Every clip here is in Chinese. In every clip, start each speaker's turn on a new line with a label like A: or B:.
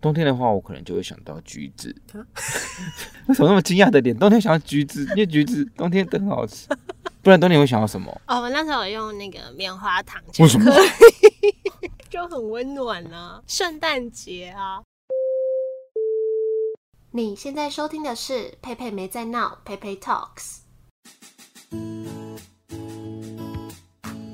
A: 冬天的话，我可能就会想到橘子。 为什么那么惊讶的脸？冬天想到橘子，因为橘子冬天都很好吃。不然冬天会想到什么？
B: 哦，我们那时候有用那个棉花糖，
A: 为什么？
B: 就很温暖啊，圣诞节啊。
C: 你现在收听的是佩佩没在闹，佩佩 Talks。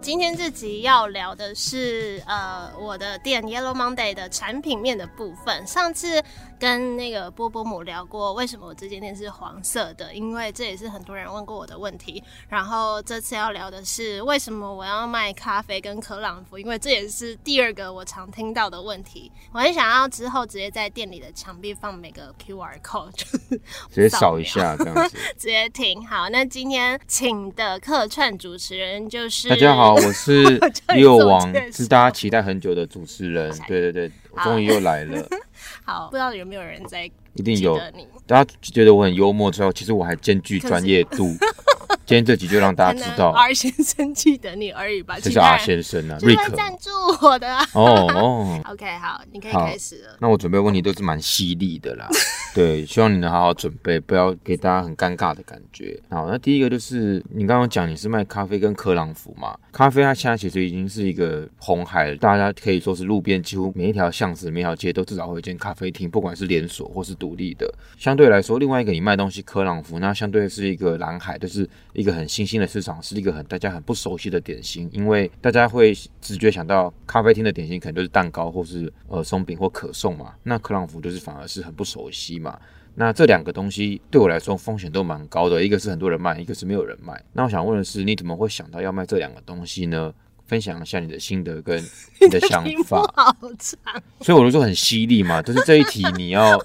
B: 今天这集要聊的是呃我的店 Yellow Monday 的产品面的部分。上次跟那个波波姆聊过，为什么我这间店是黄色的，因为这也是很多人问过我的问题。然后这次要聊的是为什么我要卖咖啡跟可朗福，因为这也是第二个我常听到的问题。我很想要之后直接在店里的墙壁放每个 QR code，就是
A: 直接扫一下这样子。
B: 直接听。好，那今天请的客串主持人就是
A: 大家好，我是六王
B: 介绍，
A: 是大家期待很久的主持人。对对对，我
B: 好
A: 终于又来了，
B: 好，不知道有没有人在
A: 一定
B: 记
A: 有。
B: 得你？
A: 大家觉得我很幽默之后，其实我还兼具专业度。今天这集就让大
B: 可
A: 家
B: 能
A: 知道，
B: R 先生记得你而已吧，
A: 这
B: 其
A: 是
B: 他
A: 阿
B: 人
A: 先生啊，
B: 就是
A: 瑞
B: 来
A: 克。
B: 赞助 我的啊。
A: 哦哦，
B: OK，好，你可以
A: 好
B: 开始了。
A: 那我准备问题都是蛮犀利的啦，对，希望你能好好准备，不要给大家很尴尬的感觉。好，那第一个就是你刚刚讲你是卖咖啡跟克朗福嘛，咖啡它现在其实已经是一个红海了，大家可以说是路边几乎每一条巷子、每一条街都至少会有一间咖啡厅，不管是连锁或是独立的。相对来说，另外一个你卖东西科朗福，那相对是一个蓝海，就是一个很新兴的市场，是一个很大家很不熟悉的点心，因为大家会直觉想到咖啡厅的点心可能就是蛋糕或是呃松饼或可颂嘛，那科朗福就是反而是很不熟悉嘛。那这两个东西对我来说风险都蛮高的，一个是很多人卖，一个是没有人卖。那我想问的是，你怎么会想到要卖这两个东西呢？分享一下你的心得跟你的 想
B: 题目
A: 法，
B: 好长，
A: 所以我就说很犀利嘛，就是这一题你要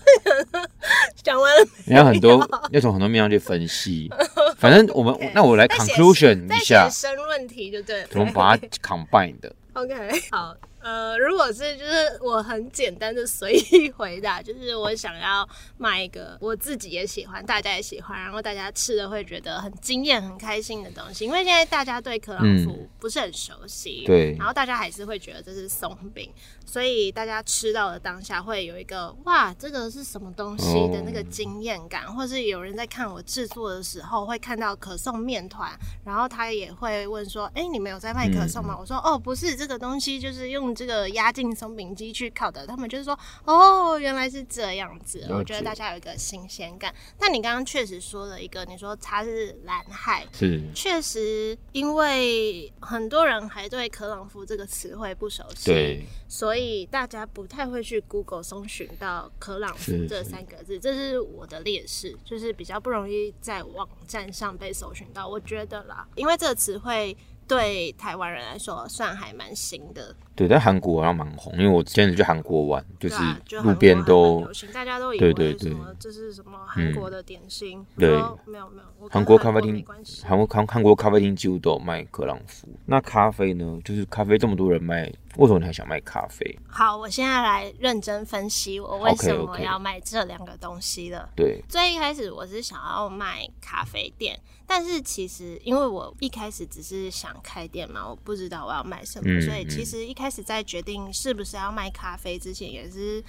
B: 讲完了
A: 你要很多要从很多面向去分 析。反正我们
B: OK
A: 那我来
B: 再写
A: 哎 conclusion
B: 再
A: 一下
B: 写，申论题就对了。
A: 怎么把它 combine 的。
B: OK，好，呃，如果是就是我很简单的随意回答，就是我想要卖一个我自己也喜欢，大家也喜欢，然后大家吃的会觉得很惊艳、很开心的东西。因为现在大家对可朗福不是很熟悉，
A: 嗯对
B: 然后大家还是会觉得这是松饼，所以大家吃到的当下会有一个哇，这个是什么东西的那个
A: 哦
B: 惊艳感，或是有人在看我制作的时候会看到可颂面团，然后他也会问说：“哎、你们有在卖可颂
A: 嗯
B: 吗？”我说：“哦，不是，这个东西就是用这个压进松饼机去烤的。”他们就是说：“哦，原来是这样子。”
A: 了
B: 我觉得
A: 解
B: 大家有一个新鲜感。但你刚刚确实说了一个，你说它是蓝海，
A: 是
B: 确实，因为很多人还对可朗夫这个词汇不熟悉，
A: 对，
B: 所以大家不太会去 Google 搜寻到可朗福
A: 是
B: 这三个字，这是我的劣势，就是比较不容易在网站上被搜寻到。我觉得啦，因为这个词汇对台湾人来说算还蛮新的，
A: 对，但韩国好像蛮红，因为我之前去韩国玩，就是
B: 对啊，就
A: 路
B: 韩国
A: 边
B: 还蛮
A: 都
B: 流行，大家都以
A: 对对
B: 为什
A: 对嗯
B: 么这是什么韩国的点心，
A: 对
B: 我说没有没有，我跟
A: 韩国咖啡
B: 国
A: 厅
B: 没关系，
A: 韩国韩韩国咖啡厅几乎都有卖格朗夫。那咖啡呢？就是咖啡这么多人卖，为什么你还想卖咖啡？
B: 好，我现在来认真分析我为什么
A: OK，OK
B: 要卖这两个东西了。
A: 对，
B: 最一开始我是想要卖咖啡店，但是其实因为我一开始只是想开店嘛，我不知道我要卖什么，
A: 嗯
B: 所以其实一开始在决定是不是要卖咖啡之前，也是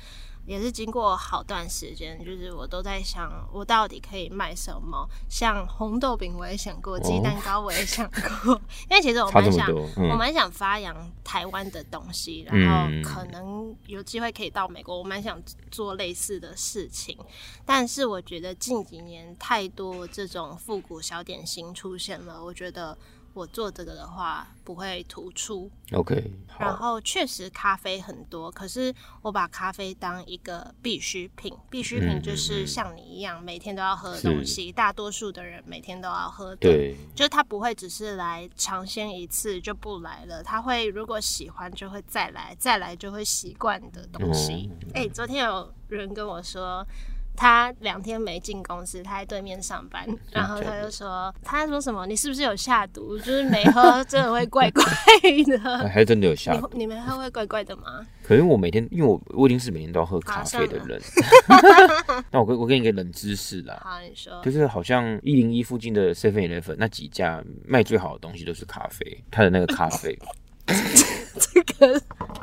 B: 也是经过好段时间，就是我都在想我到底可以卖什么。像红豆饼我也想过，鸡蛋糕我也想过， 因为其实我
A: 哦差这
B: 蛮
A: 么
B: 想
A: 多。
B: 哦我
A: 嗯，
B: 蛮想发扬台湾的东西，然
A: 嗯
B: 后可能有机会可以到美国，我蛮想做类似的事情。但是我觉得近几年太多这种复古小点心出现了，我觉得我做这个的话不会突出。
A: OK，
B: 然
A: 好，
B: 后确实咖啡很多，可是我把咖啡当一个必需品，必需品就
A: 嗯嗯
B: 是
A: 嗯
B: 像你一样每天都要喝的东西，大多数的人每天都要喝的。
A: 对，
B: 就是他不会只是来尝鲜一次就不来了，他会如果喜欢就会再来，再来就会习惯的东西。哎、昨天有人跟我说。他两天没进公司，他在对面上班，然后他就说：“他说什么？你是不是有下毒？就是没喝，真的会怪怪
A: 还
B: 的。
A: 还真的有
B: 你
A: 下
B: 会你们喝会怪怪的吗？
A: 可能我每天，因为我我已经是每天都要喝咖
B: 好
A: 啡
B: 算
A: 的
B: 了
A: 人。 那我跟我给你一个冷知识啦，
B: 好，你说
A: 就。是好像一零一附近的 Seven Eleven 那几家卖最好的东西都是咖啡，它的那个咖啡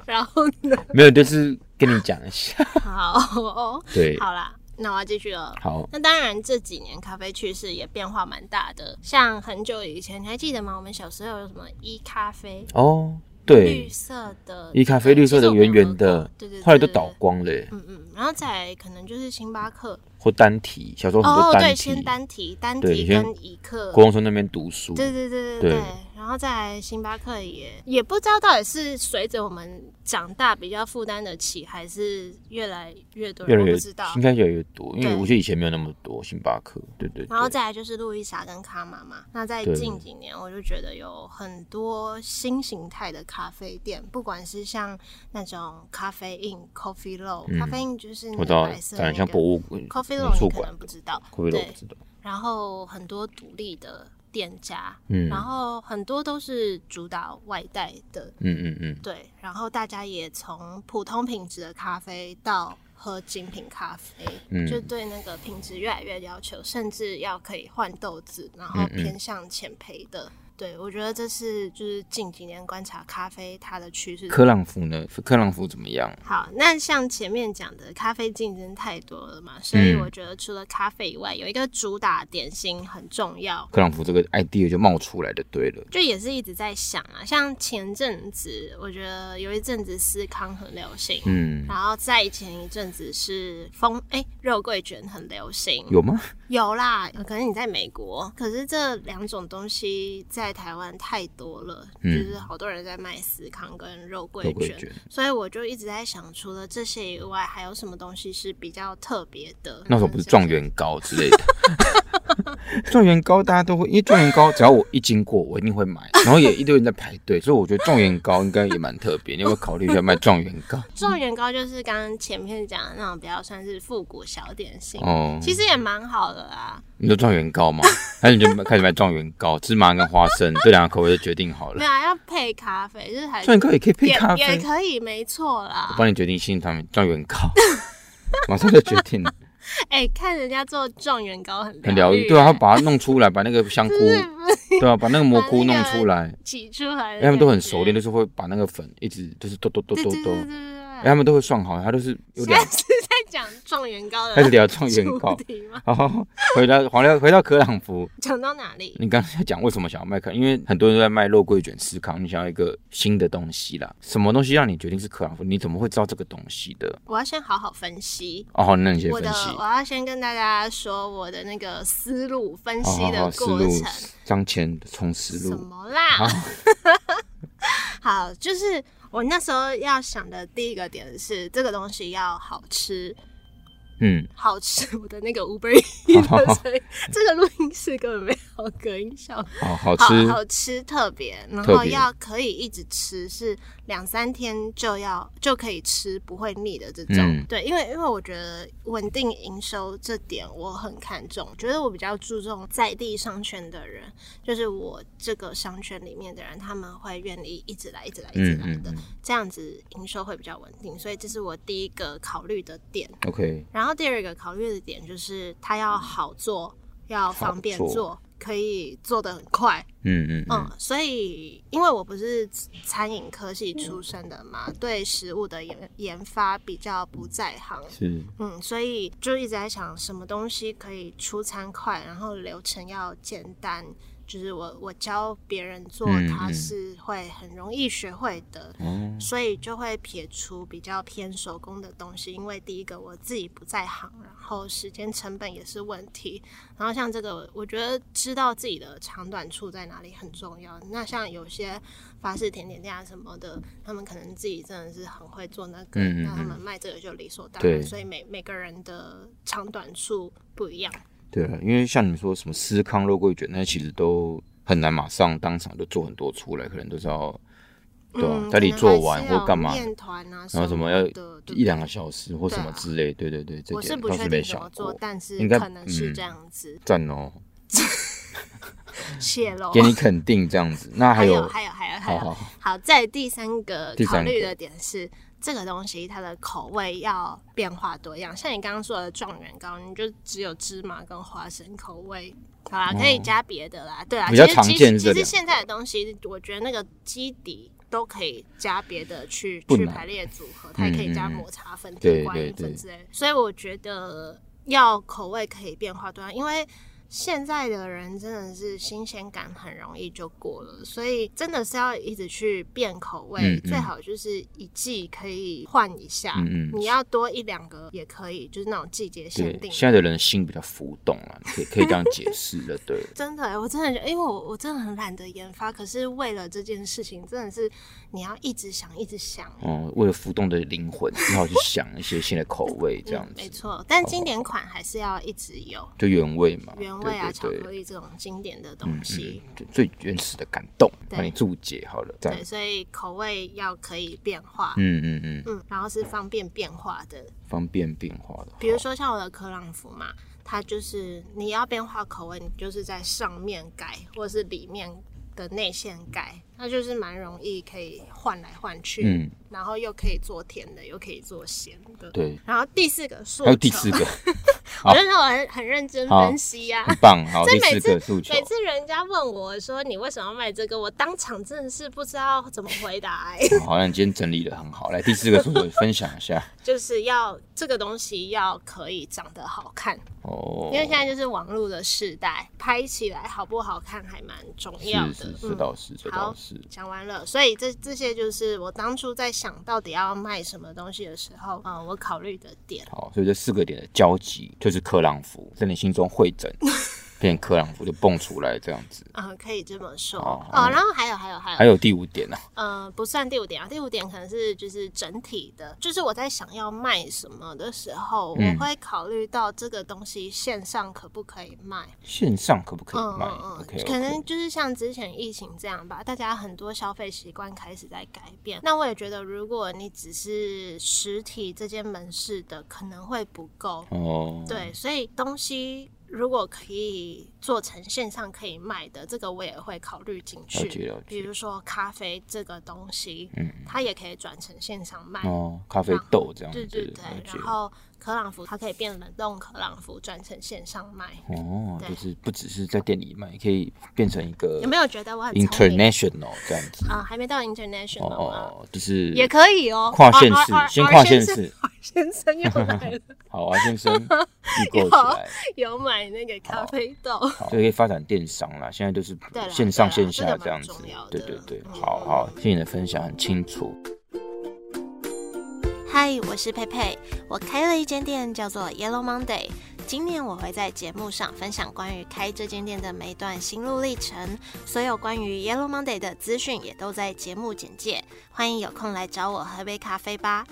B: 然后呢？
A: 没有，就是跟你讲一下。
B: 好，
A: 对，
B: 好啦，那我要继续了。
A: 好，
B: 那当然，这几年咖啡趋势也变化蛮大的。像很久以前，你还记得吗？我们小时候有什么一咖啡，
A: 哦，
B: 绿
A: 对，
B: 色的
A: 一咖啡绿色的圆圆的
B: 对对，对，
A: 后来都倒光了耶，
B: 嗯嗯，然后再来可能就是星巴克
A: 或单体，小时候很
B: 哦
A: 多，单
B: 对，
A: 体
B: 先，单体，单
A: 对
B: 体
A: 先
B: 跟一克，
A: 国中村那边读书，
B: 对对对
A: 对
B: 对对，然后再来星巴克也也不知道到底是随着我们长大比较负担得起，还是越来越多
A: 越
B: 人
A: 来
B: 我
A: 越
B: 不知道
A: 应。该越来越多，因为
B: 对
A: 我觉得以前没有那么多星巴克，对对
B: 然后
A: 对，
B: 再来就是路易莎跟卡玛嘛。那在
A: 对
B: 近几年，我就觉得有很多新形态的咖啡店，不管是像那种咖啡因 （coffee low），、
A: 嗯
B: 咖啡因就是那
A: 我知
B: 个
A: 道
B: 白，色
A: 长得
B: 的那
A: 像博
B: 个。
A: 物馆、嗯
B: coffee
A: 美
B: low
A: 术
B: 你可
A: 馆
B: 能不知道，
A: ，coffee 楼不
B: 对。
A: 知道，
B: 然后很多独立的店家，
A: 嗯
B: 然后很多都是主打外带的，
A: 嗯嗯嗯，
B: 对。然后大家也从普通品质的咖啡到喝精品咖啡，
A: 嗯
B: 就对那个品质越来越要求，甚至要可以换豆子，然后
A: 嗯
B: 偏向浅焙的。对，我觉得这是就是近几年观察咖啡它的趋势。
A: 科朗福呢？科朗福怎么样？
B: 好，那像前面讲的，咖啡竞争太多了嘛，所以
A: 嗯
B: 我觉得除了咖啡以外，有一个主打点心很重要，
A: 克朗福这个 idea 就冒出来的，对了，
B: 就也是一直在想啊，像前阵子，我觉得有一阵子思康很流行，
A: 嗯，
B: 然后再前一阵子是风哎、肉桂卷很流行，
A: 有吗？
B: 有啦，可能你在美国，可是这两种东西在台湾太多了，
A: 嗯
B: 就是好多人在卖司康跟肉桂
A: 肉桂
B: 卷，
A: 卷
B: 所以我就一直在想，除了这些以外，还有什么东西是比较特别的？
A: 那时候不是状元糕之 类的。状元糕大家都会，因为状元糕只要我一经过，我一定会买，然后也一堆人在排队，所以我觉得状元糕应该也蛮特别。你有没有考虑一下卖状元糕？
B: 状元糕，就是刚刚前面讲的那种比较算是复古小点心，
A: 哦，
B: 其实也蛮好的啊啦。
A: 你说状元糕吗？还是你就开始卖状元糕，芝麻跟花生这两个口味就决定好
B: 没
A: 了。
B: 有啊要配咖啡，就是还
A: 状元糕也可以配
B: 也
A: 咖
B: 也
A: 啡，
B: 可以，没错啦
A: 我。帮你决定新产品状元糕， 马上就决定了，
B: 哎、看人家做状元糕很
A: 很疗愈。对啊，他把它弄出来，把那个香菇，对啊，把那个蘑菇弄出来，
B: 挤出来的感觉，
A: 他们都很熟练，就是会把那个粉一直就是抖抖抖
B: 对
A: 抖
B: 对
A: 抖
B: 对，对对
A: 哎
B: 对。
A: 他们都会算好，他都是有
B: 现
A: 两
B: 在是在讲状元糕的
A: 开始聊状元糕
B: 主。题吗？
A: 好，回到回到回到可朗福，
B: 讲到哪里？
A: 你刚才讲为什么想要卖可，因为很多人都在卖肉桂卷、司康，你想要一个新的东西啦。什么东西让你决定是可朗福？你怎么会知道这个东西的？
B: 我要先好好分析。
A: 哦，好，那你先
B: 我
A: 分
B: 的
A: 析。
B: 我要先跟大家说我的那个思路分
A: 好
B: 析
A: 好
B: 的
A: 好，思
B: 过
A: 路
B: 程，
A: 张骞从思
B: 什
A: 路，
B: 么啦
A: 好？
B: 好，就是我那时候要想的第一个点是这个东西要好吃，
A: 嗯，
B: 好吃我的那个 Uber Eats
A: 好好
B: 的，所以这个录音室根本没有隔音效
A: 好好
B: 好
A: 吃，
B: 好吃特别，然
A: 特
B: 后
A: 别
B: 要可以一直吃，是两三天就要就可以吃，不会腻的这种。
A: 嗯
B: 对，因为因为我觉得稳定营收这点我很看重，觉得我比较注重在地商圈的人，就是我这个商圈里面的人，他们会愿意一直来、一直来、一直
A: 嗯
B: 来
A: 嗯
B: 的，
A: 嗯
B: 这样子营收会比较稳定，所以这是我第一个考虑的点。
A: ，OK，
B: 然后第二个考虑的点就是它要好做，要方便
A: 嗯好做
B: 做可以做得很快。
A: 嗯嗯
B: 嗯
A: 嗯，，
B: 所以因为我不是餐饮科系出身的嘛，对食物的研研发比较不在行，
A: 是，
B: 嗯，所以就一直在想什么东西可以出餐快，然后流程要简单。就是我我教别人做
A: 嗯，
B: 他
A: 嗯
B: 是会很容易学会的，
A: 哦，
B: 所以就会撇除比较偏手工的东西，因为第一个我自己不在行，然后时间成本也是问题。然后像这个，我觉得知道自己的长短处在哪里很重要。那像有些法式甜点店啊什么的，他们可能自己真的是很会做那个，
A: 嗯嗯
B: 那他
A: 嗯
B: 们卖这个就理所当然。
A: 对
B: 所以每每个人的长短处不一样。
A: 对啊了，因为像你说什么思康肉桂卷，那其实都很难马上当场就做很多出来，可能都是要对啊
B: 嗯，
A: 家里
B: 可能
A: 做
B: 还是
A: 完
B: 要
A: 或干嘛
B: 面团啊，
A: 然后什么要
B: 的
A: 一两个
B: 时。
A: 小时或什么之类。对对对，这
B: 啊我是
A: 点
B: 不
A: 倒
B: 确
A: 是
B: 定
A: 没
B: 怎么
A: 想
B: 做
A: 过，。
B: 但是
A: 应该
B: 可能是
A: 嗯
B: 这样子
A: 赞哦，
B: 泄露。
A: 给你肯定这样 子。那
B: 还
A: 有，
B: 还有还有哦还
A: 好
B: 有，
A: 好，
B: 好，在第三个
A: 第
B: 考
A: 三个
B: 虑的点是，这个东西它的口味要变化多样。像你刚刚说的状元糕，你就只有芝麻跟花生口味，好啦，可以加别的啦，对啊。
A: 哦比较
B: 其实
A: 常
B: 其实
A: 见是这
B: 其实
A: 两
B: 现在的东西，我觉得那个基底都可以加别的去
A: 不
B: 去
A: 难
B: 排列组合，它也可以加
A: 嗯嗯嗯
B: 抹茶粉、
A: 对
B: 铁观音
A: 对
B: 粉
A: 对
B: 之类的。所以我觉得要口味可以变化多啊样，因为。现在的人真的是新鲜感很容易就过了，所以真的是要一直去变口味，
A: 嗯嗯
B: 最好就是一季可以换一下，
A: 嗯嗯
B: 你要多一两个也可以，就是那种季节限
A: 对，
B: 定。
A: 现在的人心比较浮动了，可以可以这样解释了。对，
B: 真的、欸，我真的觉得，因为我我真的很懒得研发，可是为了这件事情，真的是你要一直想，一直想。
A: 哦，为了浮动的灵魂，只好去想一些新的口味，这样
B: 嗯
A: 子
B: 没，错，但经典款还是要一直有
A: 就原味嘛，
B: 原味
A: 对嗯
B: 啊、
A: 对
B: 巧克
A: 对，
B: 力这种经典的东西。
A: 就最原始的感动，
B: 对
A: 帮你注解好了，这样
B: 对，，所以口味要可以变化，
A: 嗯嗯嗯，
B: 嗯，然后是方便变化的。
A: 方便变化的，
B: 比如说像我的可朗福嘛，它就是你要变化口味，你就是在上面改，或是里面的内馅改，它就是蛮容易可以换来换去，
A: 嗯，
B: 然后又可以做甜的，又可以做咸的。
A: 对，
B: 然后第四个诉求，
A: 还有第四 个，
B: 我就说我很很认真分析呀、
A: 很棒，好，
B: 所以
A: 第
B: 每
A: 四
B: 次
A: 个诉求
B: 每，次人家问我说你为什么要买这个，我当场真的是不知道怎么 回答、欸，
A: 好，那你今天整理的很好，来第四个诉 求分享一下，
B: 就是要这个东西要可以长得好看，
A: 哦，
B: 因为现在就是网络的时代，拍起来好不好看还蛮重要的。嗯
A: 是是，这倒是，这
B: 好
A: 倒是，
B: 讲完了，所以这这些就是我当初在想到底要卖什么东西的时候，嗯，我考虑的点。
A: 好，所以这四个点的交集就是克朗福，在你心中会 诊，变克朗福就蹦出来这样子。
B: 嗯，可以这么说
A: 哦
B: 哦然后还有还有还有，
A: 还有第五点呢、啊，
B: 呃，不算第五点啊，第五点可能是就是整体的，就是我在想要卖什么的时候，
A: 嗯
B: 我会考虑到这个东西线上可不可以卖，
A: 线上可不可以
B: 嗯
A: 卖
B: 嗯嗯
A: ？OK，, o k
B: 可能就是像之前疫情这样吧，大家很多消费习惯开始在改变。那我也觉得，如果你只是实体这间门市的，可能会不够。
A: 哦，
B: 对，所以东西如果可以做成线上可以卖的，这个我也会考虑进
A: 了解
B: 去
A: 了解。
B: 比如说咖啡这个东西，
A: 嗯
B: 它也可以转成线上卖。
A: 哦，咖啡豆这样
B: 对
A: 子，
B: 对对
A: 了，解
B: 然后可朗福它可以变冷冻可朗福，转成线上卖。
A: 哦，
B: 对
A: 就是不只是在店里卖，可以变成一个
B: 有没有觉得我很聪明？
A: international 这样 子，
B: 啊、还没到
A: 哦
B: international 吗？
A: 哦，就是
B: 也可以哦，
A: 跨县市
B: R- R-，
A: 先
B: R
A: 跨县
B: 先生
A: 市，
B: ，R 先生又来 了，
A: 好啊，先 生预购起来，
B: 有买那个咖啡豆。
A: 好，就可以发展电商啦。现在就是
B: 对啦
A: 线上
B: 对啦
A: 线
B: 这
A: 下
B: 个
A: 这样
B: 蛮
A: 子
B: 重要，
A: 对
B: 的
A: 对对，
B: 嗯
A: 好好，谢谢你的分享，很清楚。
B: 嗨，我是佩佩，我开了一间店叫做 Yellow Monday。今年我会在节目上分享关于开这间店的每一段心路历程，所有关于 Yellow Monday 的资讯也都在节目简介，欢迎有空来找我喝杯咖啡吧。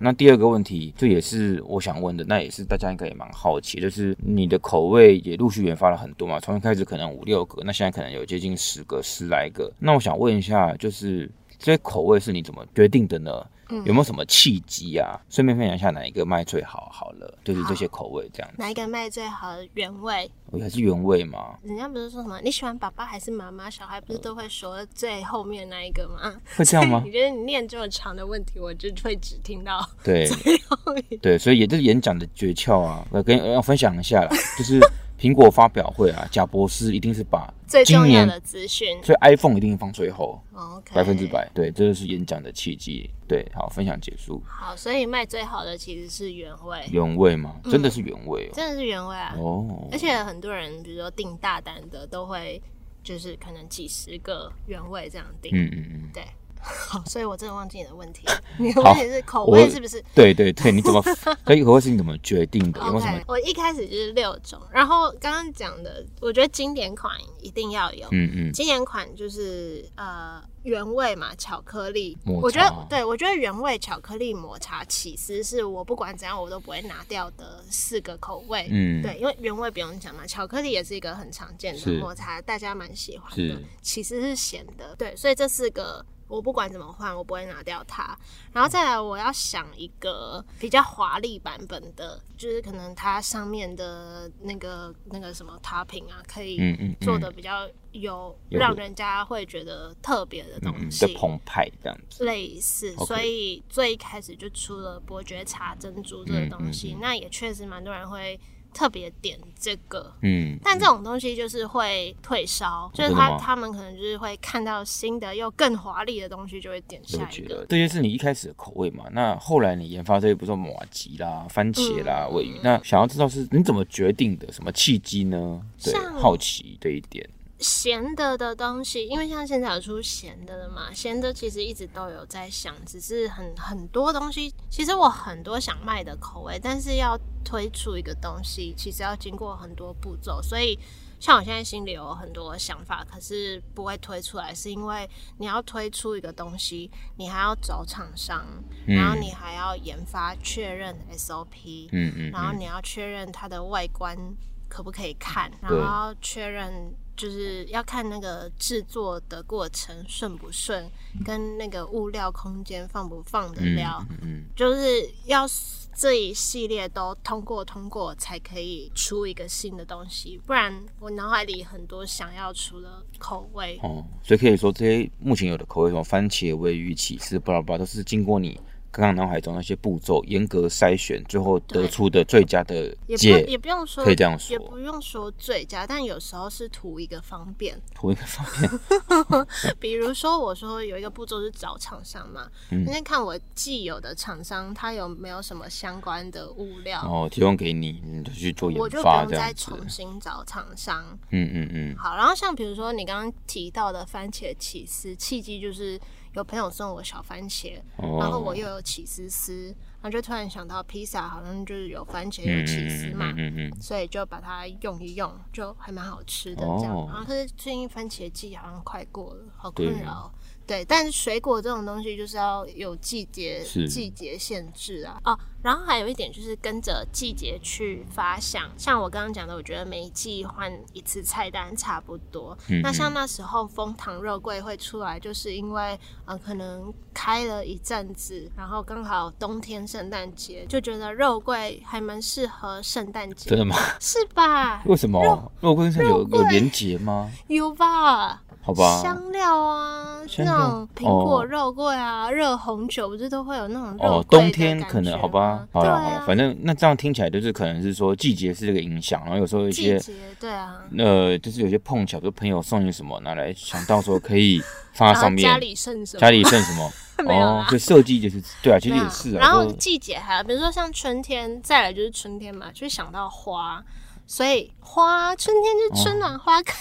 A: 那第二个问题，这也是我想问的，那也是大家应该也蛮好奇，就是你的口味也陆续研发了很多嘛，从一开始可能五六个，那现在可能有接近十个、十来个。那我想问一下，就是这些口味是你怎么决定的呢？
B: 嗯
A: 有没有什么契机啊？顺便分享一下哪一个卖最好好了，就是这些口味这样子。
B: 哪一个卖最好的原味？
A: 哦？还是原味吗？
B: 人家不是说什么你喜欢爸爸还是妈妈？小孩不是都会说最后面那一个吗？
A: 会这样吗
B: 你？觉得你念这么长的问题，我就会只听到
A: 对
B: 最后一
A: 呃对，所以也就是演讲的诀窍啊，我跟要分享一下啦，就是苹果发表会啊，贾博士一定是把
B: 最
A: 今
B: 重要
A: 年
B: 的资讯
A: 所以 iPhone 一定放最后，
B: ，OK，
A: 嗯百分之。百。对，这就是演讲的契机。对，好，分享结束。
B: 好，所以卖最好的其实是原味，
A: 原味吗？真的是原味
B: 嗯真的是原味啊。
A: 哦。
B: 而且很多人，比如说订大单的，都会就是可能几十个原味这样订。
A: 嗯嗯嗯，
B: 对，好，所以我真的忘记你 的问题，你的问题是口味是不是？
A: 对对对，你怎 么？所以口味是你怎么决定的？有没有什么
B: OK，？我一开始就是六种，然后刚刚讲的，我觉得经典款一定要有。
A: 嗯嗯，
B: 经典款就是呃原味嘛，巧克力。
A: 抹茶
B: 我觉得对，我觉得原味巧克力抹茶起司是我不管怎样我都不会拿掉的四个口味。
A: 嗯
B: 对，因为原味不用讲嘛，巧克力也是一个很常见的
A: 是
B: 抹茶，大家蛮喜欢的
A: 是。
B: 起司是咸的，对，所以这四个。我不管怎么换，我不会拿掉它。然后再来，我要想一个比较华丽版本的，就是可能它上面的那个那个什么 topping 啊，可以
A: 嗯嗯嗯
B: 做的比较有
A: 有
B: 让人家会觉得特别的
A: 嗯
B: 东
A: 嗯，
B: 西，
A: 的澎湃这样子。
B: 类似。
A: OK
B: 所以最一开始就出了伯爵茶珍珠这个东西，
A: 嗯嗯嗯
B: 那也确实蛮多人会特别点这个。
A: 嗯，
B: 但这种东西就是会退烧，就是
A: 哦真的
B: 他
A: 吗
B: 他们可能就是会看到新的又更华丽的东西，就会点
A: 我
B: 下一
A: 觉
B: 个
A: 得。这些是你一开始的口味嘛？那后来你研发这些，不是马吉啦、番茄啦、
B: 嗯
A: 尾鱼，那想要知道是你怎么决定的，什么契机呢？对
B: 像，
A: 好奇这一点。
B: 咸的的东西，因为像现在有出咸的的嘛，咸的其实一直都有在想，只是很很多东西，其实我很多想卖的口味，但是要推出一个东西，其实要经过很多步骤，所以像我现在心里有很多想法，可是不会推出来，是因为你要推出一个东西，你还要找厂商，
A: 嗯
B: 然后你还要研发确认 SOP，
A: 嗯嗯
B: 然后
A: 嗯，
B: 你要确认它的外观可不可以看，然后要确认就是要看那个制作的过程顺不顺，跟那个物料空间放不放得了，
A: 嗯嗯
B: 就是要这一系列都通过通过才可以出一个新的东西，不然我脑海里很多想要出的口味，
A: 哦，所以可以说这些目前有的口味，什么番茄味、鱼起司、巴拉巴拉，都是经过你刚刚脑海中那些步骤严格筛选，最后得出的最佳的
B: 也不也
A: 解。
B: 不用说
A: 可以这样说
B: 也不用说最佳，但有时候是图一个方便。
A: 同一个方面，
B: 比如说，我说有一个步骤是找厂商嘛，
A: 嗯
B: 那、天看我既有的厂商，它有没有什么相关的物料，
A: 然后提供给你，你就去哦做研
B: 我就不
A: 发
B: 用
A: 这
B: 再
A: 样子。
B: 重新找厂商。
A: 嗯嗯嗯，
B: 好，然后像比如说你刚刚提到的番茄起司，契机就是有朋友送我小番茄，
A: 哦
B: 然后我又有起司丝，然后就突然想到披萨好像就是有番茄有起司嘛，
A: 嗯嗯
B: 所以就把它用一用，就还蛮好吃的
A: 哦
B: 这样。然后可是最近番茄季好像快过了，好困
A: 对
B: 扰哦。对，但是水果这种东西就是要有季节
A: 是
B: 季节限制啊。哦，然后还有一点就是跟着季节去发想，像我刚刚讲的，我觉得每一季换一次菜单差不多。
A: 嗯
B: 那像那时候蜂糖肉桂会出来，就是因为呃可能开了一阵子，然后刚好冬天圣诞节，就觉得肉桂还蛮适合圣诞节，
A: 真的吗？
B: 是吧？
A: 为什么肉桂上有
B: 肉桂
A: 有连结吗？
B: 有吧？
A: 好吧，
B: 香料啊，
A: 香料
B: 那种苹果
A: 哦
B: 肉桂啊，热、红酒不是都会有那种肉
A: 哦，
B: 桂的
A: 冬天
B: 感
A: 可
B: 觉
A: 能好
B: 吗
A: 吧，好
B: 对
A: 了
B: 啊、
A: 好了，反正那这样听起来就是可能是说季节是这个影响，然后有时候一
B: 季
A: 些
B: 节对啊，
A: 呃，就是有些碰巧，就朋友送你什么，拿来想到时候可以放
B: 然
A: 在
B: 后
A: 上面，
B: 家里剩什么？，
A: 家里剩什么
B: 没有啦
A: 哦，就设计就是对啊，其实
B: 对
A: 也
B: 啊
A: 是 啊，
B: 然后
A: 都
B: 季节还有，比如说像春天，再来就是春天嘛，就想到花，所以花春天就春暖花开，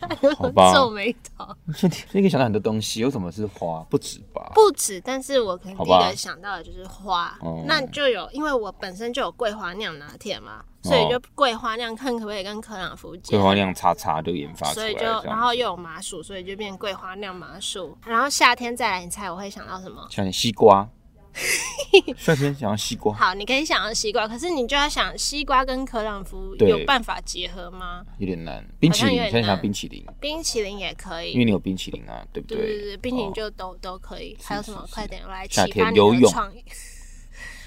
A: 哦好吧
B: 皱眉头。
A: 所以所以可以想到很多东西，有什么是花不止吧？
B: 不止，但是我可能第
A: 好
B: 一
A: 吧
B: 个想到的就是花
A: 哦，
B: 那就有，因为我本身就有桂花酿拿铁嘛，所以就桂花酿看可不可以跟可朗福结
A: 桂
B: 合
A: 花酿叉叉就研发出
B: 所
A: 来
B: 以
A: 这
B: 就，
A: 样子，
B: 然后又有麻薯，所以就变桂花酿麻薯。然后夏天再来，你猜我会想到什么？
A: 像西 瓜，瞬间想要西瓜，
B: 好，你可以想到西瓜，可是你就要想西瓜跟可朗福
A: 对
B: 有办法结合吗？
A: 有点难。冰淇淋，
B: 好像有点
A: 现在想
B: 难
A: 要冰淇淋，
B: 冰淇淋也可
A: 因为
B: 以，
A: 你有冰淇淋啊，对不
B: 对对对，冰淇淋
A: 哦
B: 就都都可以。还有什么？
A: 是
B: 快点，我来
A: 夏
B: 启发
A: 天
B: 你
A: 游
B: 的
A: 泳
B: 创意。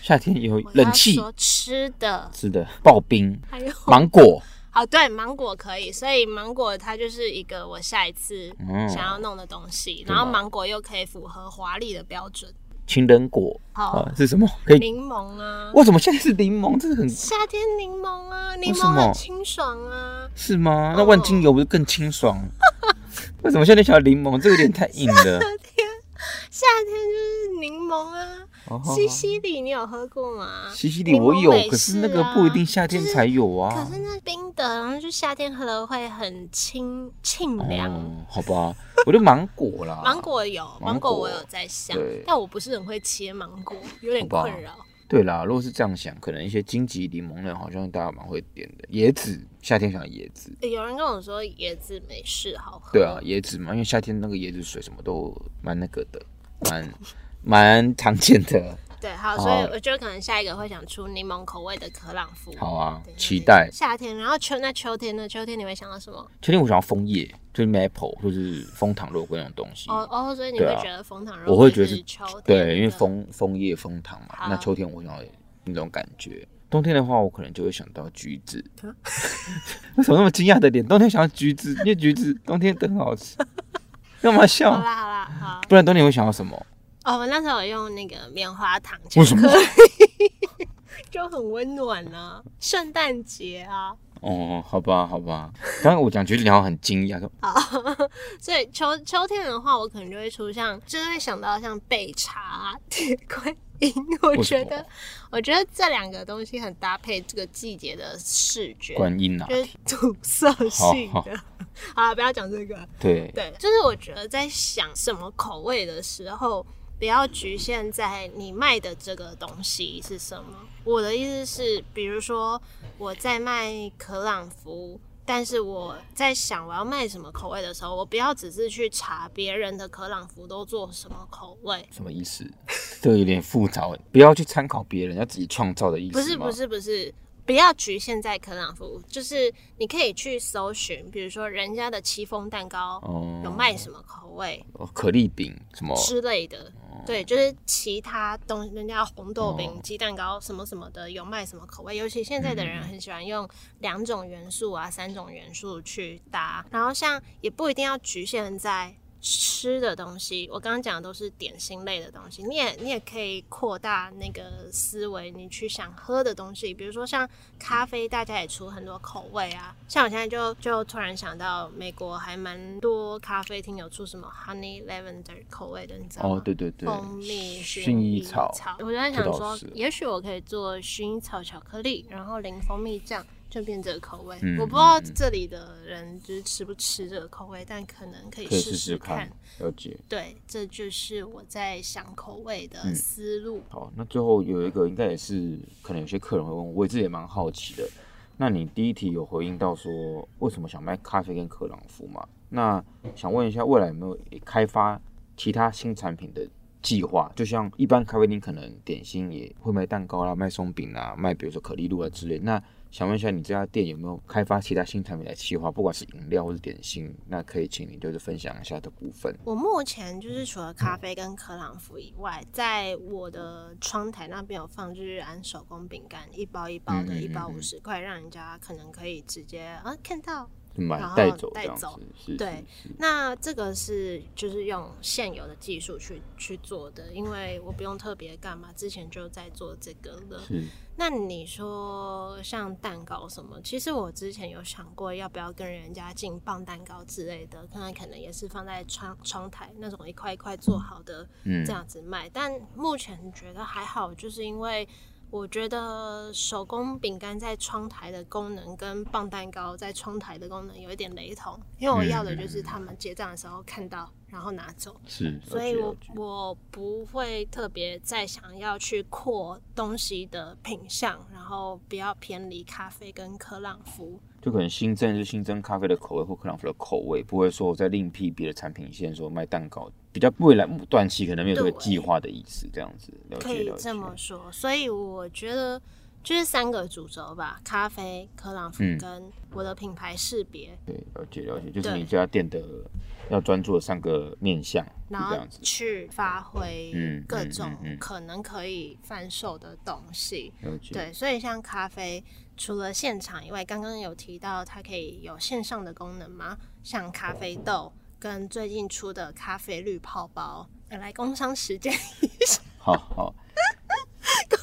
A: 夏天有
B: 我
A: 冷
B: 要
A: 气
B: 说吃的，
A: 吃的刨冰、
B: 还有
A: 芒果，
B: 哦，对，芒果可以，所以芒果它就是一个我下一次
A: 嗯
B: 想要弄的东西，
A: 对啊
B: 然后
A: 嘛
B: 芒果又可以符合华丽的标准。
A: 情人果
B: 好
A: 啊，是什么？可以？
B: 柠檬啊，
A: 为什么现在是柠檬？这是很
B: 夏天柠檬啊，柠
A: 什
B: 檬
A: 么
B: 很清爽啊。
A: 是吗？那万金油不是更清爽？ 为什么现在小柠檬？这个有点太硬了。
B: 夏天就是柠檬啊，
A: 哦
B: 西西里你有喝过吗？
A: 西西里我有
B: 柠檬美，式啊
A: 可是那个不一定夏天才有
B: 可
A: 啊。
B: 是那冰的，然后就夏天喝了会很清沁凉。
A: 哦，好吧，我就芒果啦。
B: 芒果有，
A: 芒
B: 芒
A: 果
B: 果我有在想
A: 对，
B: 但我不是很会切芒果，有点
A: 好吧
B: 困扰。
A: 对啦，如果是这样想，可能一些荆棘柠檬类好像大家蛮会点的。椰子，夏天想椰子。
B: 欸有人跟我说椰子没事好喝，
A: 对啊，，椰子嘛，因为夏天那个椰子水什么都蛮那个的，蛮蛮常见的。
B: 对，好，
A: 好
B: 所以我觉得可能下一个会想出柠檬口味的可朗芙。
A: 好啊
B: 对，
A: 期待
B: 夏天，然后秋那秋天呢？秋天你会想到什么？
A: 秋天我想要枫叶，就是 maple，就是枫糖肉桂那种东西。
B: 哦哦，所以你
A: 对
B: 会
A: 啊
B: 觉得枫糖肉
A: 我会觉
B: 桂
A: 得是
B: 是秋天，
A: 对，因为。枫枫叶枫糖嘛，
B: 嗯好
A: 那秋天我想要那种感觉。冬天的话，我可能就会想到橘子。 为什么那么惊讶的脸？冬天想要橘子，因为橘子冬天很好吃。 干嘛
B: 好
A: 笑？
B: 啦好啦好，
A: 不然冬天会想到什么？
B: 哦，我那时候有用那个棉花糖，
A: 为什么？
B: 就很温暖啊，圣诞节啊，
A: 哦，好吧，好吧。刚刚我讲橘子，你好像很惊讶，说
B: 好， 所以秋秋天的话，我可能就会出像，就是会想到像焙茶、啊铁观音。我
A: 为什
B: 觉
A: 么
B: 得，我觉得这两个东西很搭配这个季节的视觉，
A: 观音啊，
B: 就是土色系
A: 好
B: 的。 好了，不要讲这个。
A: 对，
B: 对，就是我觉得在想什么口味的时候，不要局限在你卖的这个东西是什么。我的意思是，比如说我在卖可朗芙，但是我在想我要卖什么口味的时候，我不要只是去查别人的可朗芙都做什么口味。
A: 什么意思？这个有点复杂，不要去参考别人，要自己创造的意思
B: 不是
A: 吗
B: 不，是不是，不要局限在可朗芙，就是你可以去搜寻，比如说人家的戚风蛋糕
A: 哦，
B: 有卖什么口味，
A: 哦可丽饼什么？
B: 之类的。对，就是其他东西，人家红豆
A: 哦
B: 饼、鸡蛋糕什么什么的，有卖什么口味？尤其现在的人很喜欢用两种元素啊、三种元素去搭，然后像也不一定要局限在吃的东西。我刚刚讲的都是点心类的东西，你也你也可以扩大那个思维，你去想喝的东西，比如说像咖啡，大家也出很多口味啊。像我现在就就突然想到，美国还蛮多咖啡厅有出什么 honey lavender 口味的，你知道吗？
A: 哦，对对对，
B: 蜂蜜
A: 薰衣草，
B: 我就在
A: 这
B: 想
A: 倒
B: 说
A: 是，
B: 也许我可以做薰衣草巧克力，然后淋蜂蜜酱，就变这个口味。
A: 嗯
B: 我不知道这里的人就是吃不吃这个口味，但可能可以
A: 可以
B: 试
A: 试试
B: 看。
A: 看，了解。
B: 对，这就是我在想口味的
A: 嗯
B: 思路。
A: 好，那最后有一个应该也是可能有些客人会问，我自己也蛮好奇的。那你第一题有回应到说为什么想卖咖啡跟克朗夫嘛？那想问一下未来有没有开发其他新产品的计划？就像一般咖啡厅可能点心也会卖蛋糕啦、卖松饼啦、卖比如说可丽露啊之类。那想问一下你这家店有没有开发其他新产品的计划？不管是饮料或是点心，那可以请你就是分享一下的部分。
B: 我目前就是除了咖啡跟可朗芙以外，在我的窗台那边有放日安手工饼干，一包一包的，
A: 嗯嗯嗯
B: 一包五十块，让人家可能可以直接啊看到
A: 买
B: 然后
A: 带走这
B: 带
A: 样子
B: 走，
A: 是
B: 对，
A: 是是
B: 那这个是就是用现有的技术去去做的，因为我不用特别干嘛，之前就在做这个了。
A: 是
B: 那你说像蛋糕什么，其实我之前有想过要不要跟人家进棒蛋糕之类的，看看可能也是放在窗窗台那种一块一块做好的
A: 嗯
B: 这样子卖，但目前觉得还好，就是因为。我觉得手工饼干在窗台的功能跟棒蛋糕在窗台的功能有一点雷同，因为我要的就是他们结账的时候看到，然后拿走。
A: 是，嗯了
B: 所以
A: 解
B: 我
A: 了解
B: 我不会特别再想要去扩东西的品相，然后不要偏离咖啡跟可朗芙。
A: 就可能新增就新增咖啡的口味或克朗夫的口味，不会说我再另辟别的产品线说卖蛋糕，比较未来短期可能没有这个
B: 对
A: 计划的意思，这样子了
B: 可
A: 解
B: 以
A: 了解。
B: 这么说。所以我觉得就是三个主轴吧：咖啡、可朗芙
A: 嗯
B: 跟我的品牌识别，
A: 对，了解了解，就是
B: 对
A: 你这家店的要专注的三个面向，是
B: 然
A: 这
B: 后
A: 样子。
B: 去发挥
A: 嗯
B: 各
A: 嗯嗯
B: 种
A: 嗯
B: 可能可以贩售的东西。
A: 了解，
B: 对，所以像咖啡，除了现场以外，刚刚有提到它可以有线上的功能嘛，像咖啡豆跟最近出的咖啡绿泡包，呃来工商时间一下，
A: 好好，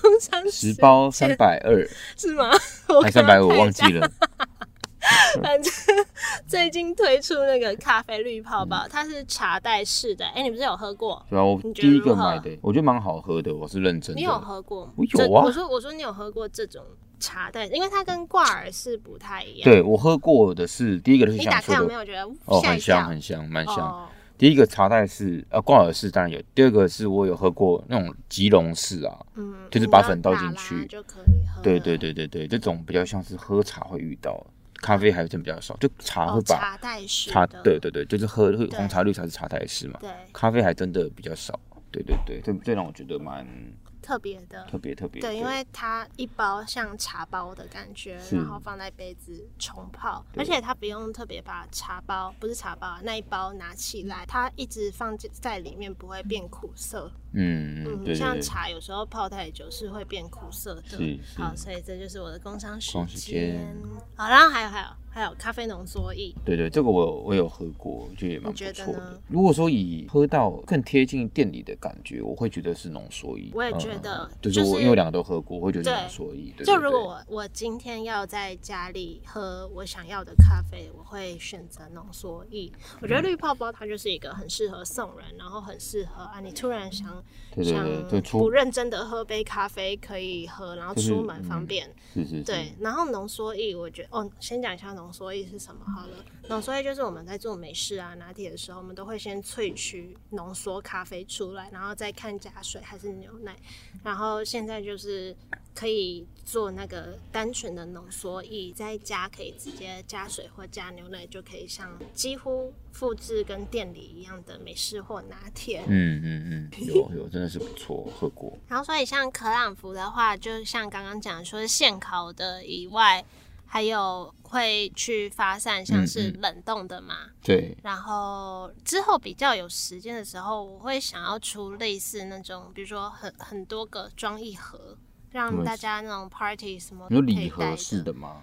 B: 工商
A: 十包三百二，
B: 是吗？ 我
A: 还
B: 刚
A: 三
B: 刚
A: 百五，
B: 看一
A: 忘
B: 下
A: 记 了。
B: 反正最近推出那个咖啡绿泡泡，它是茶袋式的。哎、你不是有喝过？
A: 对啊，我
B: 你觉得
A: 第一个
B: 如何
A: 买的，我觉得蛮好喝的，我是认真的。
B: 你有喝过吗？
A: 我有
B: 这
A: 啊
B: 我说我说你有喝过这种茶袋，因为它跟挂耳是不太一样。，
A: 对我喝过的是第一个就是
B: 你
A: 像
B: 打
A: 你
B: 开有
A: 说
B: 没
A: 的，
B: 有觉得
A: 哦，
B: 吓
A: 很
B: 一跳？
A: 香很香，蛮香。
B: 哦
A: 第一个茶袋是呃挂耳式当然有，第二个是我有喝过那种吉隆式啊，
B: 嗯，
A: 就是
B: 你
A: 把
B: 要
A: 粉倒
B: 打
A: 进
B: 拉
A: 去
B: 就可以喝。
A: 对对，对对对，这种比较像是喝茶会遇到，咖啡还真比较少，就茶会
B: 哦，
A: 把
B: 茶袋式
A: 茶，
B: 的，
A: 对对对，就是喝会红茶绿茶是茶袋式嘛，
B: 对，
A: 咖啡还真的比较少。对对对，这这让我觉得蛮
B: 特别的。
A: 特别特别。
B: 对，因为它一包像茶包的感觉，
A: 是
B: 然后放在杯子冲泡，
A: 对
B: 而且它不用特别把茶包不是茶包啊那一包拿起来，它一直放进在里面不会变苦涩。
A: 嗯嗯对对
B: 像
A: 对，
B: 茶有时候泡太久是会变苦涩的。
A: 是是
B: 好，所以这就是我的工商时
A: 工时间。
B: 好，然后还有还有还有咖啡浓缩液，
A: 对对，这个我有我有喝过，我觉得也蛮
B: 你
A: 不
B: 觉得
A: 错
B: 呢
A: 的。如果说以喝到更贴近店里的感觉，我会觉得是浓缩液。
B: 我也
A: 嗯
B: 觉得
A: 就是
B: 就是
A: 我因为我两个都喝过，我会觉得
B: 对
A: 是浓缩液。对
B: 就
A: 对对
B: 如果我我今天要在家里喝我想要的咖啡，我会选择浓缩液。我觉得绿泡泡它就是一个很适合送人，然后很适合啊，你突然想
A: 对对对，就
B: 想
A: 出
B: 不认真的喝杯咖啡可以喝，然后
A: 就是
B: 出门方
A: 嗯
B: 便。
A: 是是是
B: 对，然后浓缩液，我觉得哦，先讲一下浓缩液是什么好了。浓缩液就是我们在做美式啊、拿铁的时候，我们都会先萃取浓缩咖啡出来，然后再看加水还是牛奶。然后现在就是可以做那个单纯的浓缩液，再加可以直接加水或加牛奶，就可以像几乎复制跟店里一样的美式或拿铁。
A: 嗯嗯嗯，有有真的是不错，我喝过。
B: 然后所以像可朗福的话，就像刚刚讲说是现烤的以外，还有会去发散像是
A: 嗯
B: 冷冻的嘛。
A: 对，
B: 然后之后比较有时间的时候，我会想要出类似那种，比如说很很多个装一盒。让
A: 嗯
B: 大家那种 party 什么
A: 你说
B: 都哦可以
A: 礼
B: 带呃
A: 盒式的吗？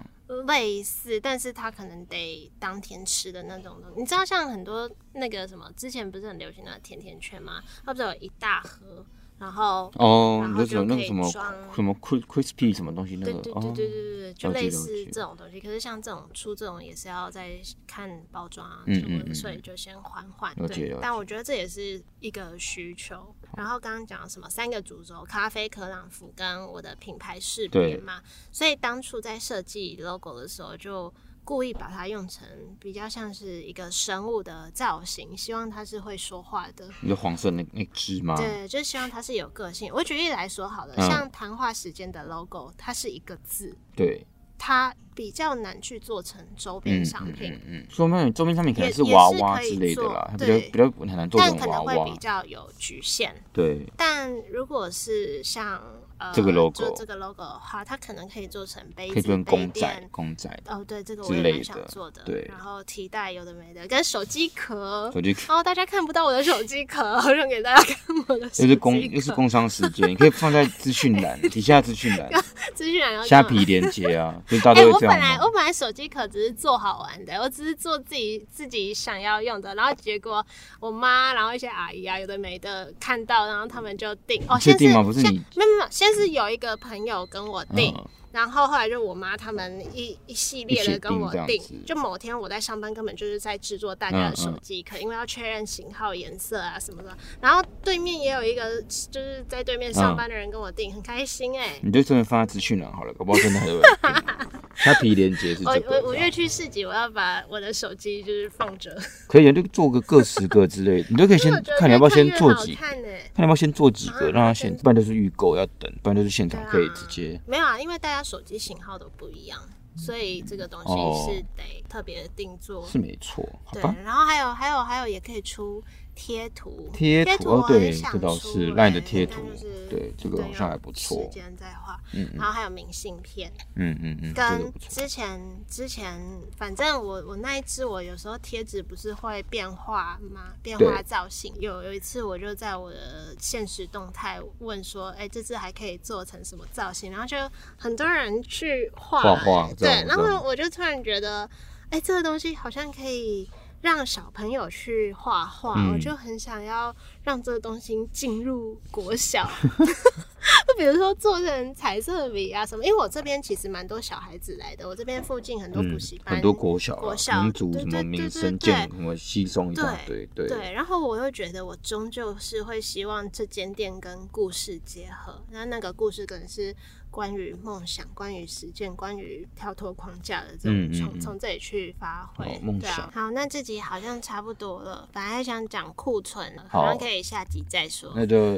B: 类似，但是它可能得当天吃的那种东西。你知道，像很多那个什么，之前不是很流行的甜甜圈吗？它不是有一大盒，然后
A: 哦
B: 然，
A: 你
B: 后
A: 说什么
B: 就
A: 那
B: 可
A: 个
B: 以
A: 什么
B: 装
A: 什么 cri- crispy 什么东西那
B: 对
A: 个
B: 对
A: 哦
B: 对对对对对，就
A: 了解
B: 类
A: 了
B: 似
A: 解
B: 这种东西。可是像这种出这种也是要再看包装啊，
A: 嗯
B: 什么
A: 嗯
B: 的，
A: 嗯
B: 所以就先缓缓。
A: 了解
B: 对
A: 了，
B: 但我觉得这也是一个需求。然后刚刚讲什么三个主轴，咖啡、可朗福跟我的品牌识别
A: 对
B: 嘛，所以当初在设计 logo 的时候就。故意把它用成比较像是一个生物的造型，希望它是会说话的。
A: 你说黄色那那只吗？
B: 对，就希望它是有个性。我举例来说好了，
A: 啊嗯
B: 像谈话时间的 logo，它是一个字，
A: 对，
B: 它比较难去做成周边
A: 嗯
B: 商
A: 嗯
B: 品，
A: 嗯嗯，周边周边商品可
B: 也
A: 能
B: 也
A: 娃
B: 是
A: 娃
B: 可以
A: 之类的
B: 做
A: 啦，它比较
B: 对
A: 比较很难做
B: 但
A: 成
B: 可
A: 娃
B: 能会
A: 娃
B: 比。较有局限。
A: 对，
B: 但如果是像呃
A: 这个 logo
B: 就这个 logo 的话，它可能可以做成杯
A: 可以
B: 子、
A: 做成
B: 杯
A: 公仔
B: 垫。
A: 公仔的
B: 哦，对，这个
A: 之
B: 我也
A: 类
B: 蛮
A: 的
B: 想做的。
A: 对
B: 然后提袋有的没的，跟手机壳。
A: 手机壳
B: 哦，大家看不到我的手机壳，好想给大家看我的手
A: 又
B: 机
A: 是
B: 壳
A: 工。又是工商时间，你可以放在资讯 栏底下资讯栏，
B: 资讯栏要
A: 虾
B: 干嘛
A: 皮连接啊，就大
B: 哎、
A: 家都
B: 我
A: 会这
B: 本来
A: 样
B: 我
A: 弄。
B: 本来手机壳只是做好玩的，我只是做自己自己想要用的，然后结果我妈，然后一些阿姨啊，有的没的看到，然后他们就订。哦，
A: 你确
B: 先
A: 定吗不是
B: 先
A: 你
B: 没有没有，先是有一个朋友跟我订。
A: 嗯
B: 然后后来就我妈他们一一系列
A: 一
B: 的
A: 起
B: 跟
A: 订
B: 我
A: 这样子
B: 订，就某天我在上班，根本就是在制作大家的
A: 嗯
B: 手机壳，因为要确认型号、颜色啊什么的。然后对面也有一个就是在对面上
A: 嗯
B: 班的人跟我订，很开心哎、
A: 你就真的放在资讯栏好了，搞不好真的还有人 订。虾皮连接是
B: 我
A: 这个
B: 我，我
A: 这
B: 越
A: 样
B: 去市集，我要把我的手机就是放着，
A: 可以啊，就做个各十个之类的，你都可以
B: 因
A: 先
B: 啊为我觉得
A: 看你要不要先做
B: 越
A: 几
B: 好看呢、
A: 看要不要先做几
B: 啊
A: 个，让他先，不然就是预购要等，不然就是现场可以直接。
B: 没有啊，因为大家手机型号都不一样，所以这个东
A: 哦
B: 西是得特别定做。
A: 是啊没错，好
B: 啊对
A: 吧，？
B: 然后还有还有还有也可以出贴图，
A: 贴
B: 贴
A: 图哦
B: 我，很
A: 对，
B: 想
A: 这倒
B: 出
A: 是
B: 欸
A: 烂的贴图
B: 但就是，
A: 对，这个好像还不
B: 有
A: 错
B: 时，间再画，
A: 嗯
B: 然后还有明信片，
A: 嗯嗯嗯，这个
B: 跟
A: 不错，
B: 之前之前，反正我我那一支我有时候贴纸不是会变化吗？变化
A: 对
B: 造型。有有一次我就在我的现实动态问说，哎、这支还可以做成什么造型？然后就很多人去画
A: 画画
B: 哎
A: 这样
B: 对，然
A: 这
B: 后
A: 样
B: 我就突然觉得，哎、这个东西好像可以。让小朋友去画画，
A: 嗯
B: 我就很想要让这个东西进入国小，就比如说做成彩色笔啊什么。因为我这边其实蛮多小孩子来的，我这边附近很多补习
A: 嗯
B: 班、
A: 很多国小、
B: 国
A: 啊、
B: 小
A: 民族
B: 对
A: 什么
B: 对
A: 民
B: 对
A: 生
B: 对对
A: 健什么西松一大堆，对
B: 对，然后我又觉得我终究是会希望这间店跟故事结合，那那个故事可能是关于梦想、关于实践、关于跳脱框架的这
A: 嗯嗯
B: 种，从
A: 嗯
B: 从、这里去发挥、
A: 好梦
B: 对啊
A: 想
B: 好，那这集好像差不多了，本来还想讲库存了，
A: 好
B: 好像可以下集再说。
A: 那就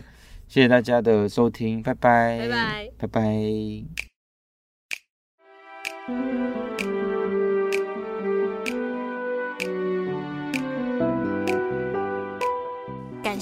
A: 谢谢大家的收听，拜拜，
B: 拜拜，
A: 拜拜。
B: 感